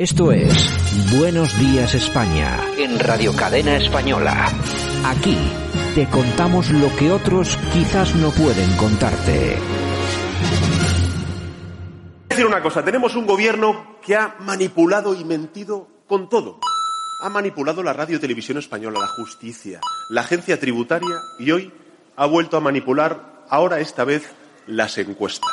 Esto es Buenos Días España en Radio Cadena Española. Aquí te contamos lo que otros quizás no pueden contarte. decir una cosa, tenemos un gobierno que ha manipulado y mentido con todo. Ha manipulado la radio y televisión española, la justicia, la agencia tributaria y hoy ha vuelto a manipular, ahora esta vez, las encuestas.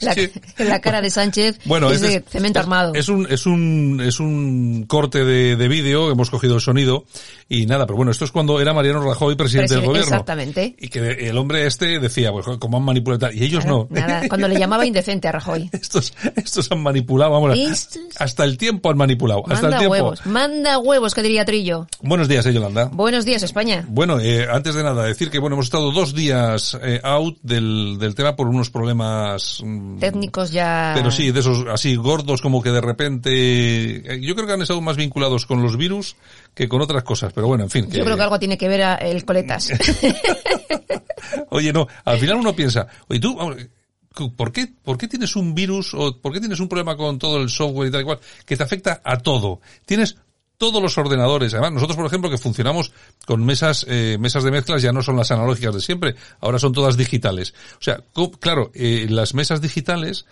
La, Sí. la cara de Sánchez Bueno, es de este es- cemento armado. Es un, es un, es un corte de, de vídeo, hemos cogido el sonido y nada, pero bueno, esto es cuando era Mariano Rajoy presidente Preside- del gobierno. exactamente. Y que el hombre este decía, pues como han manipulado y tal, y ellos no. Nada, cuando le llamaba indecente a Rajoy. Estos, estos han manipulado, vamos, Estos- hasta el tiempo han manipulado, hasta el Manda tiempo. huevos, manda huevos, que diría Trillo. Buenos días, eh, Yolanda. Buenos días, España. Bueno, eh, antes de nada, decir que bueno, hemos estado dos días eh, out del, del tema por unos problemas mm, Técnicos ya... Pero sí, de esos así gordos como que de repente... eh, Yo creo que han estado más vinculados con los virus que con otras cosas, pero bueno, en fin. Yo creo que algo tiene que ver a- el coletas. Oye, no, al final uno piensa, oye, tú, vamos, cu- ¿por qué, ¿por qué tienes un virus o por qué tienes un problema con todo el software y tal y cual que te afecta a todo? Tienes todos los ordenadores. Además, nosotros, por ejemplo, que funcionamos con mesas, eh, mesas de mezclas ya no son las analógicas de siempre, ahora son todas digitales. O sea, co- claro, eh, las mesas digitales,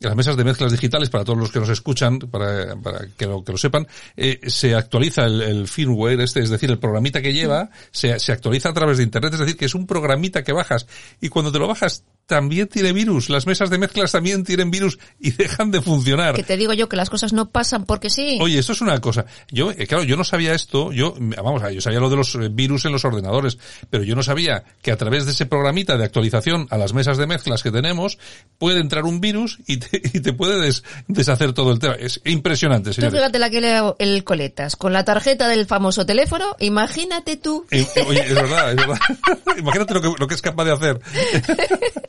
las mesas de mezclas digitales, para todos los que nos escuchan, para, para que, lo, que lo sepan, eh, se actualiza el, el firmware, este, es decir, el programita que lleva, se, se actualiza a través de Internet, es decir, que es un programita que bajas. Y cuando te lo bajas, también tiene virus. Las mesas de mezclas también tienen virus y dejan de funcionar. que te digo yo que las cosas no pasan porque sí. Oye, esto es una cosa. Yo, eh, claro, yo no sabía esto. Yo, mm, vamos, a ver, yo sabía lo de los eh, virus en los ordenadores, pero yo no sabía que a través de ese programita de actualización a las mesas de mezclas que tenemos puede entrar un virus y te, y te puede des- deshacer todo el tema. Es impresionante, Tú señores. fíjate la que le hago el coletas, con la tarjeta del famoso teléfono, imagínate tú. Eh, eh, Oye, es verdad, es verdad. Imagínate lo que, lo que es capaz de hacer.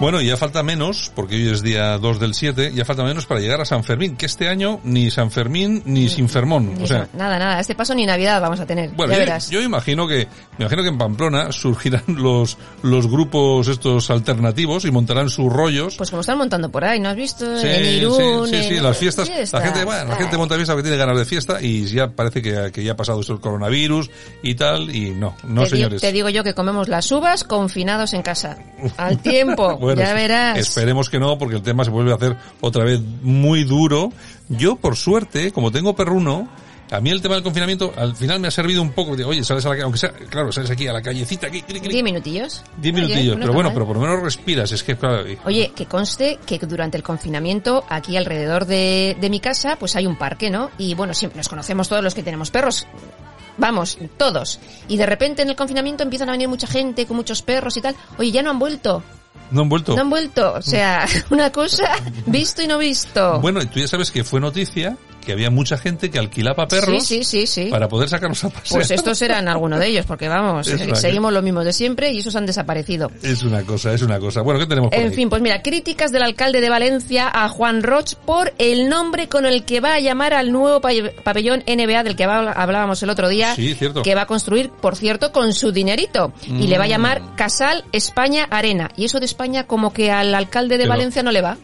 Bueno, y ya falta menos, porque hoy es día 2 del 7, ya falta menos para llegar a San Fermín, que este año ni San Fermín ni Sinfermón. O sea, nada, nada, a este paso ni Navidad vamos a tener. Bueno, ya yo, verás. yo imagino que me imagino que en Pamplona surgirán los los grupos estos alternativos y montarán sus rollos. Pues como están montando por ahí, ¿no has visto? Sí, en sí, Irún, sí, sí, en- las fiestas. fiestas. La gente, bueno, la gente monta fiesta porque tiene ganas de fiesta y ya parece que, que ya ha pasado esto el coronavirus y tal y no, no te, di- señores. te digo yo que comemos las uvas confinados en casa. Al tiempo, Bueno, ya verás. Esperemos que no, porque el tema se vuelve a hacer otra vez muy duro. Yo, por suerte, como tengo perruno, a mí el tema del confinamiento al final me ha servido un poco. Digo, Oye, sales a la calle, aunque sea, claro, sales aquí a la callecita, aquí, cri, cri, Diez minutillos. Diez Oye, minutillos, no pero está bueno, mal. pero por lo menos respiras, es que claro, y- Oye, que conste que durante el confinamiento, aquí alrededor de, de mi casa, pues hay un parque, ¿no? Y bueno, siempre nos conocemos todos los que tenemos perros. Vamos, todos. Y de repente en el confinamiento empiezan a venir mucha gente con muchos perros y tal. Oye, ya no han vuelto. no han vuelto. No han vuelto. O sea, una cosa, visto y no visto. Bueno, y tú ya sabes que fue noticia que había mucha gente que alquilaba perros sí, sí, sí, sí. para poder sacarlos a pasear. Pues estos eran algunos de ellos, porque vamos, eh, Es verdad. seguimos lo mismo de siempre y esos han desaparecido. Es una cosa, es una cosa. Bueno, ¿qué tenemos por En ahí? fin, pues mira, críticas del alcalde de Valencia a Juan Roch por el nombre con el que va a llamar al nuevo pa- pabellón NBA del que habl- hablábamos el otro día, Sí, cierto. Mm. que va a construir, por cierto, con su dinerito y le va a llamar Casal España Arena. Y eso de España como que al alcalde de Pero- Valencia no le va.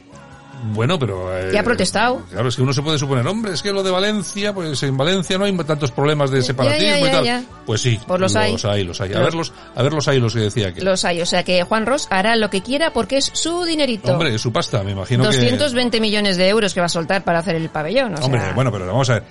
Bueno, pero... eh, Ya ha protestado. Claro, es que uno se puede suponer, hombre, es que lo de Valencia, pues en Valencia no hay tantos problemas de separatismo ya, y tal. ya. Pues sí, Pues los hay. Los hay, los hay. A Los- verlos, a verlos hay los que decía que... Los hay, o sea que Juan Roch hará lo que quiera porque es su dinerito. Hombre, es su pasta, me imagino que... 220 millones de euros que va a soltar para hacer el pabellón. o Hombre, sea. bueno, pero vamos a ver.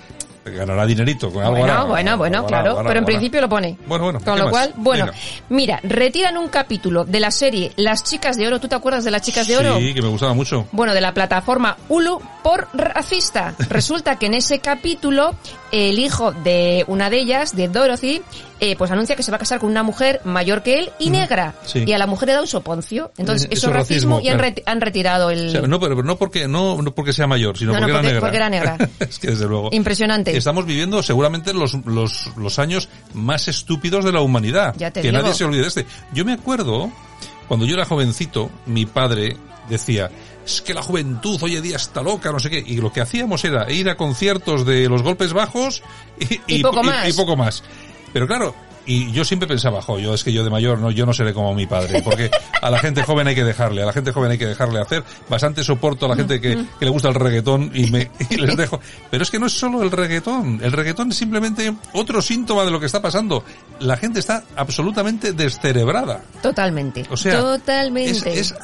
Ganará dinerito con algo Bueno, hará, bueno, bueno, algo hará, claro, algo hará, pero en algo hará. principio lo pone. Bueno, bueno, Con ¿qué lo más? cual, bueno, Venga. mira, retiran un capítulo de la serie Las chicas de oro. ¿Tú te acuerdas de las chicas de oro? Sí, que me gustaba mucho. Bueno, de la plataforma Hulu por racista. Resulta que en ese capítulo el hijo de una de ellas, de Dorothy, eh, pues anuncia que se va a casar con una mujer mayor que él y negra. sí. Y a la mujer le da un soponcio. Entonces, Eh, eso eso es racismo, racismo, y han, claro. reti- han retirado el... O sea, no, pero pero no porque, no, no porque sea mayor, sino No, no, porque, porque- era negra. porque era negra. es que desde luego. Impresionante. Estamos viviendo seguramente los, los, los años más estúpidos de la humanidad. Ya te que digo. nadie se olvide de este. Yo me acuerdo, cuando yo era jovencito, mi padre decía, es que la juventud hoy en día está loca, no sé qué. Y lo que hacíamos era ir a conciertos de los golpes bajos y, Y poco más. y poco más. Pero claro, y yo siempre pensaba, jo, yo es que yo de mayor no, yo no seré como mi padre, porque a la gente joven hay que dejarle, a la gente joven hay que dejarle hacer, bastante soporto a la gente que, que le gusta el reggaetón y, me, y les dejo. Pero es que no es solo el reggaetón, el reggaetón es simplemente otro síntoma de lo que está pasando. La gente está absolutamente descerebrada. Totalmente. O sea, totalmente. Es, es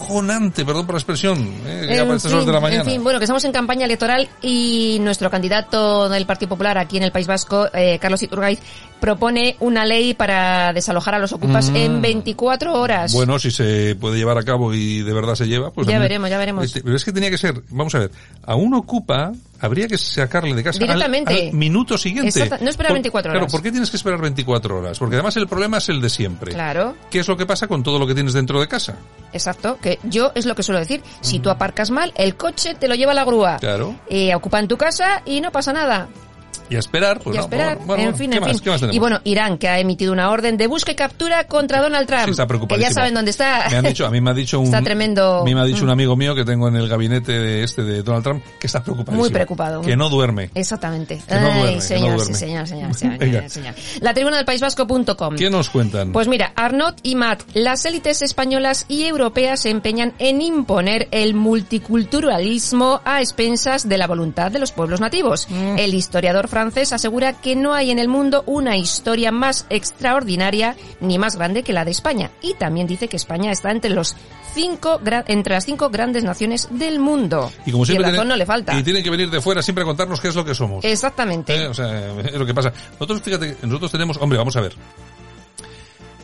acojonante, perdón por la expresión, eh, que ya En para estas horas de fin, la en mañana. fin, bueno, que estamos en campaña electoral y nuestro candidato del Partido Popular aquí en el País Vasco, eh, Carlos Iturgaiz, propone una ley para desalojar a los ocupas en 24 horas. Mm. Bueno, si se puede llevar a cabo y de verdad se lleva, pues... Ya a mí- veremos, ya veremos. Este, pero es que tenía que ser, vamos a ver, a un ocupa habría que sacarle de casa al- Directamente. Al, minuto siguiente. Exacta- no esperar Por- 24 horas. Claro, ¿por qué tienes que esperar 24 horas? Porque además el problema es el de siempre. Claro. ¿Qué es lo que pasa con todo lo que tienes dentro de casa? Exacto, que yo es lo que suelo decir. Si tú aparcas mal, el coche te lo lleva la grúa. Claro. Eh, ocupan tu casa y no pasa nada. Y a esperar, pues y a no, esperar. bueno, bueno, en fin, ¿qué en más? fin. ¿Qué más tenemos? y bueno, Irán, que ha emitido una orden de busca y captura contra Donald Trump. Sí, está que preocupadísimo. ya saben dónde está. Me han dicho, a mí me ha dicho un, Está tremendo. Mm. A mí me ha dicho un amigo mío que tengo en el gabinete de este de Donald Trump que está preocupadísimo. Muy preocupado. Que no duerme. Exactamente. Que no duerme, que Ay, no señor, sí, duerme. señor, señor, señor, Venga. señor. La tribuna del País Vasco.com. ¿Qué nos cuentan? Pues mira, Arnott y Matt, las élites españolas y europeas se empeñan en imponer el multiculturalismo a expensas de la voluntad de los pueblos nativos. Mm. El historiador francés asegura que no hay en el mundo una historia más extraordinaria ni más grande que la de España. Y también dice que España está entre los cinco gra- entre las cinco grandes naciones del mundo. y como siempre el razón tienen- no le falta. Y tienen que venir de fuera siempre a contarnos qué es lo que somos. Exactamente. Eh, o sea, es lo que pasa. Nosotros, fíjate, que nosotros tenemos, hombre, vamos a ver.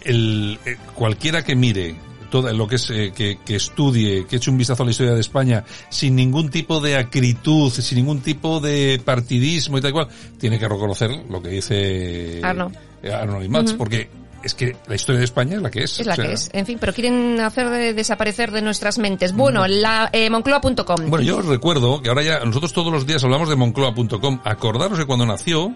El, eh, cualquiera que mire todo lo que es, eh, que, que estudie, que eche un vistazo a la historia de España, sin ningún tipo de acritud, sin ningún tipo de partidismo y tal y cual, tiene que reconocer lo que dice Arno. eh, Arno y Mats, porque es que la historia de España es la que es. Es la o sea, que es. En fin, pero quieren hacer de- desaparecer de nuestras mentes. Bueno, la eh, moncloa.com. Mm. Bueno, yo os recuerdo que ahora ya nosotros todos los días hablamos de moncloa.com. Acordaros que cuando nació,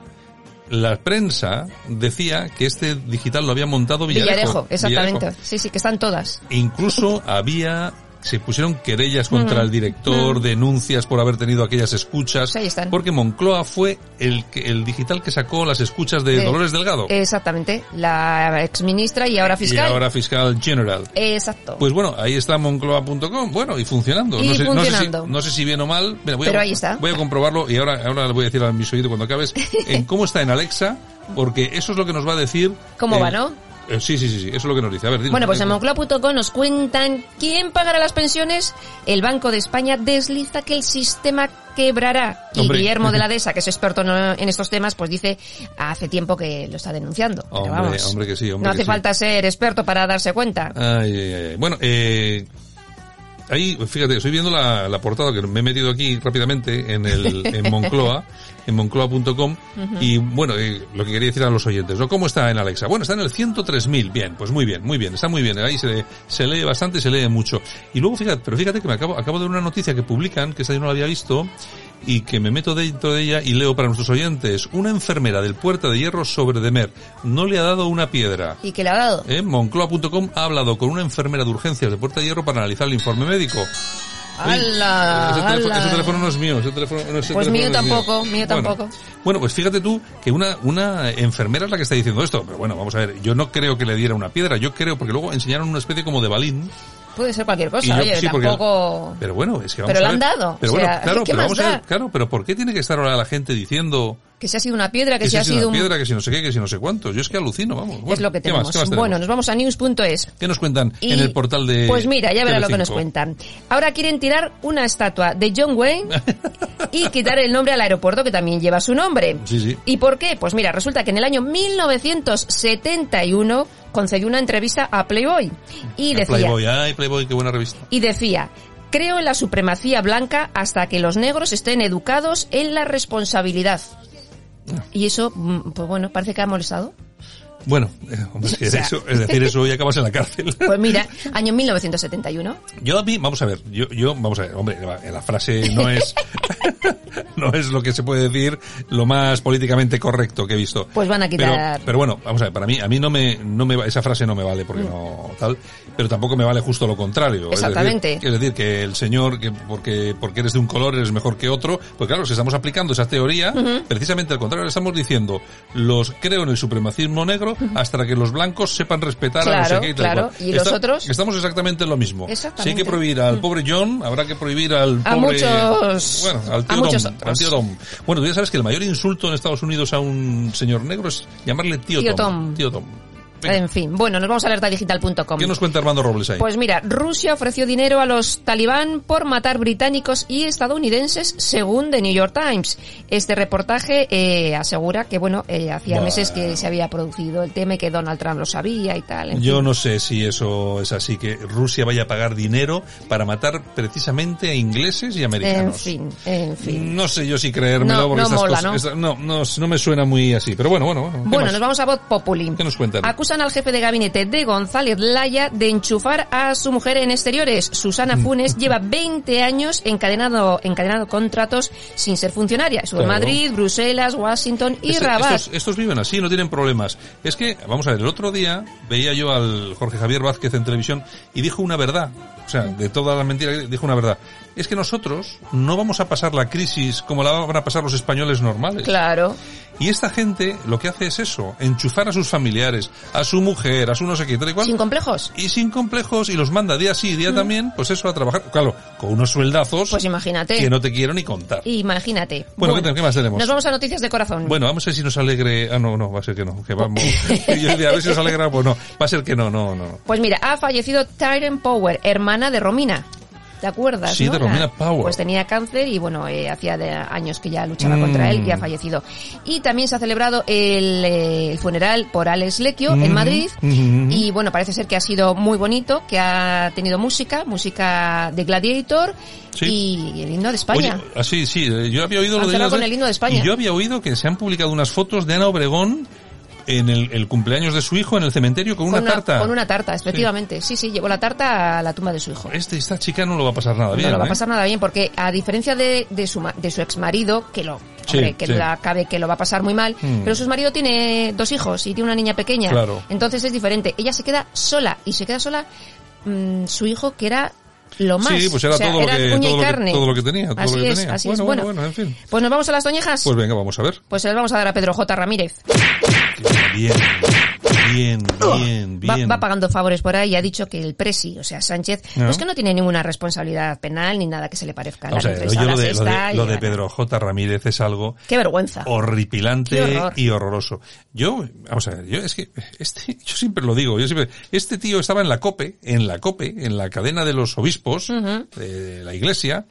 la prensa decía que este digital lo había montado Villarejo. Villarejo, exactamente. Villarejo. Sí, sí, que están todas. Incluso había se pusieron querellas contra el director, denuncias por haber tenido aquellas escuchas, Mm, Ahí están. porque Moncloa fue el que- el digital que sacó las escuchas de Eh, Dolores Delgado Exactamente. La exministra y ahora fiscal. Oh. y ahora fiscal general. Exacto. Pues bueno, ahí está moncloa.com, bueno, y funcionando. Y no sé, no sé si- No funcionando. sé si, bien o mal, mira, voy Pero a, ahí está. Voy a comprobarlo y ahora, ahora le voy a decir a mis oídos cuando acabes en cómo está en Alexa, porque eso es lo que nos va a decir... ¿Cómo eh, va, no? eh, sí, sí, sí, sí, eso es lo que nos dice. A ver, dinos, bueno, pues en dinos. moncloa.com nos cuentan quién pagará las pensiones. El Banco de España desliza que el sistema quebrará. Y Hombre. Guillermo de la Dehesa, que es experto en, en estos temas, pues dice hace tiempo que lo está denunciando. Pero Hombre, vamos, hombre que sí, hombre no que hace sí. Ah. falta ser experto para darse cuenta. Ay, ay, ay. Bueno, eh, ahí, fíjate, estoy viendo la, la portada que me he metido aquí rápidamente en el en Moncloa, en moncloa.com y bueno, eh, lo que quería decir a los oyentes, ¿no? ¿Cómo está en Alexa? Bueno, está en el 103.000, bien, pues muy bien, muy bien, está muy bien, ahí se, se lee bastante, y se lee mucho. Y luego, fíjate, pero fíjate que me acabo, acabo de ver una noticia que publican, que esa yo no la había visto, y que me meto dentro de ella y leo para nuestros oyentes, una enfermera del Puerta de Hierro sobre Demer no le ha dado una piedra. ¿Y que le ha dado? ¿Eh? Moncloa.com ha hablado con una enfermera de urgencias de Puerta de Hierro para analizar el informe médico. Ay, ¡Hala! Ese teléfono, ¡Hala! ese teléfono no es mío. Ese teléfono, no, ese Ah, Pues teléfono mío no es tampoco, mío Bueno, tampoco. Bueno, pues fíjate tú que una, una enfermera es la que está diciendo esto. Pero bueno, vamos a ver, yo no creo que le diera una piedra. Yo creo, porque luego enseñaron una especie como de balín. Puede ser cualquier cosa, Y yo- oye, sí, porque- tampoco... Pero bueno, es que vamos Pero a lo ver. han dado, Pero o bueno, sea, claro, ¿qué pero más vamos a ver, da? claro, pero ¿por qué tiene que estar ahora la gente diciendo Que si ha sido una piedra, que, que si ha si es sido una un... piedra, que si no sé qué, que si no sé cuántos? Yo es que alucino, vamos. es Bueno, lo que ¿qué más? tenemos. ¿Qué más Bueno, nos vamos a news.es. ¿Qué nos cuentan y- en el portal de Pues mira, ya verá lo que nos Telecinco? cuentan. Ahora quieren tirar una estatua de John Wayne y quitar el nombre al aeropuerto que también lleva su nombre. Sí, sí. ¿Y por qué? Pues mira, resulta que en el año 1971 concedió una entrevista a Playboy y El decía... Playboy, ay, Playboy, qué buena revista. y decía, creo en la supremacía blanca hasta que los negros estén educados en la responsabilidad. Y eso, mm, pues bueno, parece que ha molestado. Bueno, eh, hombre, es, que eso, es decir eso y acabas en la cárcel. Pues mira, año 1971. Yo a mí, vamos a ver, yo, yo vamos a ver, hombre, la, la frase no es, no es lo que se puede decir lo más políticamente correcto que he visto. Pues van a quitar- Pero, pero bueno, vamos a ver, para mí, a mí no me, no me, va- esa frase no me vale porque Mm. no tal, pero tampoco me vale justo lo contrario. Es decir- Exactamente. Es decir, que el señor, que porque, porque eres de un color eres mejor que otro, pues claro, si estamos aplicando esa teoría, precisamente al contrario, le estamos diciendo, los creo en el supremacismo negro hasta que los blancos sepan respetar a no sé Claro, qué y tal cual. claro. ¿Y los otros? Estamos exactamente en lo mismo. Si hay Exactamente. Mm. que prohibir al pobre John, habrá que prohibir al A pobre... muchos- Bueno, al tío a muchos Tom, otros. al tío Tom. Bueno, tú ya sabes que el mayor insulto en Estados Unidos a un señor negro es llamarle tío, Tío Tom. Tío Tom. Venga, En fin, bueno, nos vamos a alertadigital.com. ¿Qué nos cuenta Armando Robles ahí? Pues mira, Rusia ofreció dinero a los talibán por matar británicos y estadounidenses, según The New York Times. Este reportaje eh, asegura que, bueno, eh, hacía Buah. meses que se había producido el tema y que Donald Trump lo sabía y tal. en Yo fin. no sé si eso es así, que Rusia vaya a pagar dinero para matar precisamente a ingleses y En americanos. fin, en fin. No sé yo si creérmelo No, porque no estas mola, cosas, ¿no? esta- no, no, no me suena muy así, pero bueno, bueno, bueno. ¿qué Bueno, más? nos vamos a Voz Populi. ¿Qué nos cuentan? Acusan al jefe de gabinete de González Laya de enchufar a su mujer en exteriores. Susana Mm. Funes lleva 20 años encadenado, encadenado contratos sin ser funcionaria. Estuvo en Claro. Madrid, Bruselas, Washington y Este- Rabat. Estos, estos viven así, no tienen problemas. Es que, vamos a ver, el otro día veía yo al Jorge Javier Vázquez en televisión y dijo una verdad. O sea, de toda la mentira, dijo una verdad. Es que nosotros no vamos a pasar la crisis como la van a pasar los españoles normales. Claro. Y esta gente lo que hace es eso, enchufar a sus familiares, a su mujer, a su no sé qué, tal y cual. Sin complejos. y sin complejos, y los manda día sí, día también, pues eso, a trabajar, claro, con unos sueldazos Pues imagínate. que no te quiero ni contar. Imagínate. Bueno, ¿qué te- qué más tenemos? Nos vamos a noticias de corazón. Bueno, vamos a ver si nos alegre. Ah, no, no, va a ser que no. Que vamos. Yo decía, a ver si nos alegra. Pues no, va a ser que no, no, no. Pues mira, ha fallecido Tyron Power, hermana de Romina. ¿Te acuerdas? Sí, no? de Romina La- Power. Pues tenía cáncer y bueno, eh, hacía de años que ya luchaba contra Mm. él y ha fallecido. Y también se ha celebrado el, eh, el funeral por Alex Lequio Ujú, en Madrid. ujú. Y bueno, parece ser que ha sido muy bonito, que ha tenido música, música de Gladiator Sí. y el himno de España. Oye, ah, sí, sí, eh, yo había oído Han lo de cerrado Ana con el himno de España. Y yo había oído que se han publicado unas fotos de Ana Obregón en el, el cumpleaños de su hijo en el cementerio con, una, tarta. Con una tarta, efectivamente. Sí. sí, llevó la tarta a la tumba de su hijo. Este, esta chica no lo va a pasar nada bien. no lo va a ¿eh? pasar nada bien porque a diferencia de, de su ma- de su ex marido que lo Sí, hombre, que sí. la cabe que lo va a pasar muy mal Hmm. pero su marido tiene dos hijos y tiene una niña pequeña Claro. entonces es diferente ella se queda sola y se queda sola mm, su hijo que era lo más Sí, pues era o sea, todo lo era que- uña y todo lo que- carne. todo lo que tenía, todo así lo que es tenía. así Bueno, es bueno, bueno, bueno, en fin. pues nos vamos a las toñejas Pues venga, vamos a ver. Pues se las vamos a dar a Pedro J Ramírez Bien, bien, bien, Va, bien. va pagando favores por ahí y ha dicho que el presi, o sea, Sánchez, ¿No? pues que no tiene ninguna responsabilidad penal ni nada que se le parezca. a Vamos a la ver, defensa, yo a lo la de, lo sexta de- y lo a de la- Pedro J. Ramírez es algo Qué vergüenza. Qué horripilante horror. y horroroso. Yo, vamos a ver, yo es que este, yo siempre lo digo, yo siempre, este tío estaba en la COPE, en la COPE, en la cadena de los obispos, de la iglesia,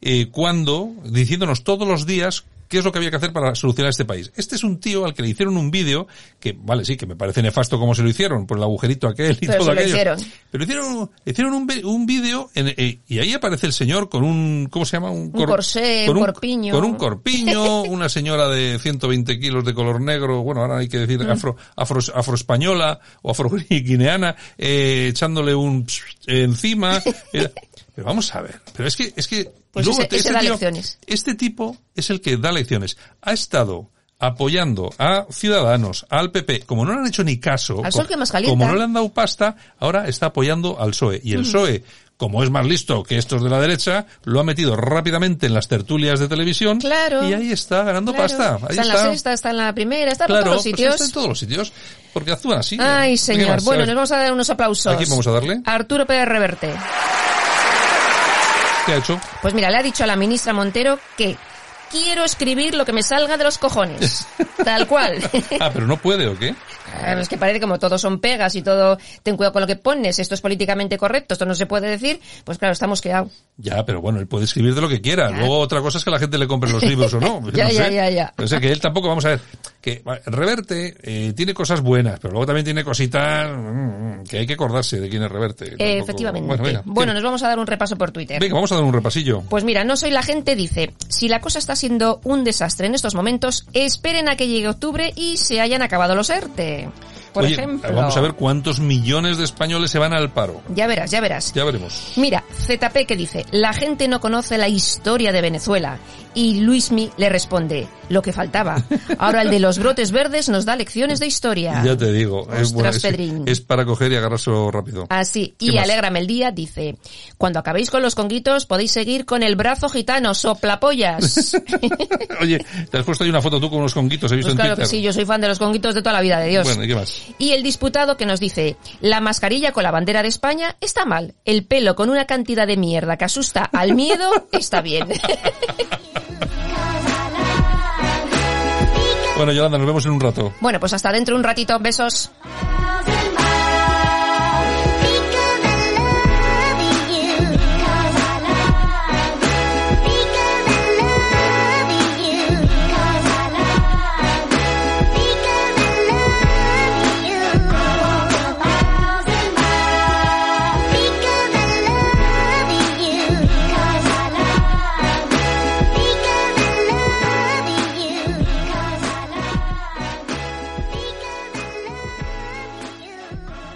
eh, cuando, diciéndonos todos los días qué es lo que había que hacer para solucionar este país. Este es un tío al que le hicieron un vídeo, que vale, sí, que me parece nefasto como se lo hicieron, por el agujerito aquel y Pero todo se lo aquello. hicieron. Pero hicieron, hicieron un, vi- un vídeo en- eh, y ahí aparece el señor con un, ¿cómo se llama? Un, corsé, con un corpiño. Con un corpiño, una señora de 120 kilos de color negro, bueno, ahora hay que decir Mm. afro, afro, afroespañola o afroguineana, eh, echándole un encima. eh. pero vamos a ver, pero es que, es que, Pues luego ese- te- ese da tío- lecciones. este tipo es el que da lecciones. Ha estado apoyando a Ciudadanos, al PP, como no le han hecho ni caso, Al co- sol que más calienta. como no le han dado pasta, ahora está apoyando al PSOE. E. Y el PSOE, como es más listo que estos de la derecha, lo ha metido rápidamente en las tertulias de televisión. Claro. Y ahí está ganando Claro. pasta. Ahí está en la está. sexta, está en la primera, está claro, por todos los pues sitios. está en todos los sitios. Porque actúan así. Ay, ¿Qué señor. más? Bueno, A nos ver, vamos a dar unos aplausos. ¿A quién vamos a darle? Arturo Pérez Reverte. ¿Qué ha hecho? Pues mira, le ha dicho a la ministra Montero que quiero escribir lo que me salga de los cojones. Tal cual. Ah, pero no puede, ¿o qué? Ah, Es que parece como todos son pegas y todo, ten cuidado con lo que pones, esto es políticamente correcto, esto no se puede decir, pues claro, estamos quedados. Ya, pero bueno, él puede escribir de lo que quiera. Luego otra cosa es que la gente le compre los libros o no. Ya, no ya, sé. ya, ya. O sea, que él tampoco, vamos a ver, que va, Reverte eh, tiene cosas buenas, pero luego también tiene cositas mm, que hay que acordarse de quién es Reverte. Tampoco- Eh, Efectivamente. Bueno, Bueno, venga, nos vamos a dar un repaso por Twitter. Venga, vamos a dar un repasillo. Pues mira, no soy la gente, dice, si la cosa está siendo un desastre en estos momentos, esperen a que llegue octubre y se hayan acabado los ERTE. por Oye, ejemplo. Vamos a ver cuántos millones de españoles se van al paro. Ya verás, ya verás. Ya veremos. Mira, ZP que dice, la gente no conoce la historia de Venezuela. Y Luismi le responde, lo que faltaba. Ahora el de los brotes verdes nos da lecciones de historia. Ya te digo. Ostras, es, bueno, es- Pedrín. Ah, es para coger y agarrárselo rápido. Así, ¿Qué y más? alégrame el día, dice, cuando acabéis con los conguitos podéis seguir con el brazo gitano, soplapollas. Oye, te has puesto ahí una foto tú con unos conguitos, he visto Pues en claro que Twitter. sí, yo soy fan de los conguitos de toda la vida de Dios. Bueno, ¿y qué más? Y el disputado que nos dice, la mascarilla con la bandera de España está mal, el pelo con una cantidad de mierda que asusta al miedo está bien. Bueno, Yolanda, nos vemos en un rato. bueno, pues hasta dentro un ratito, besos.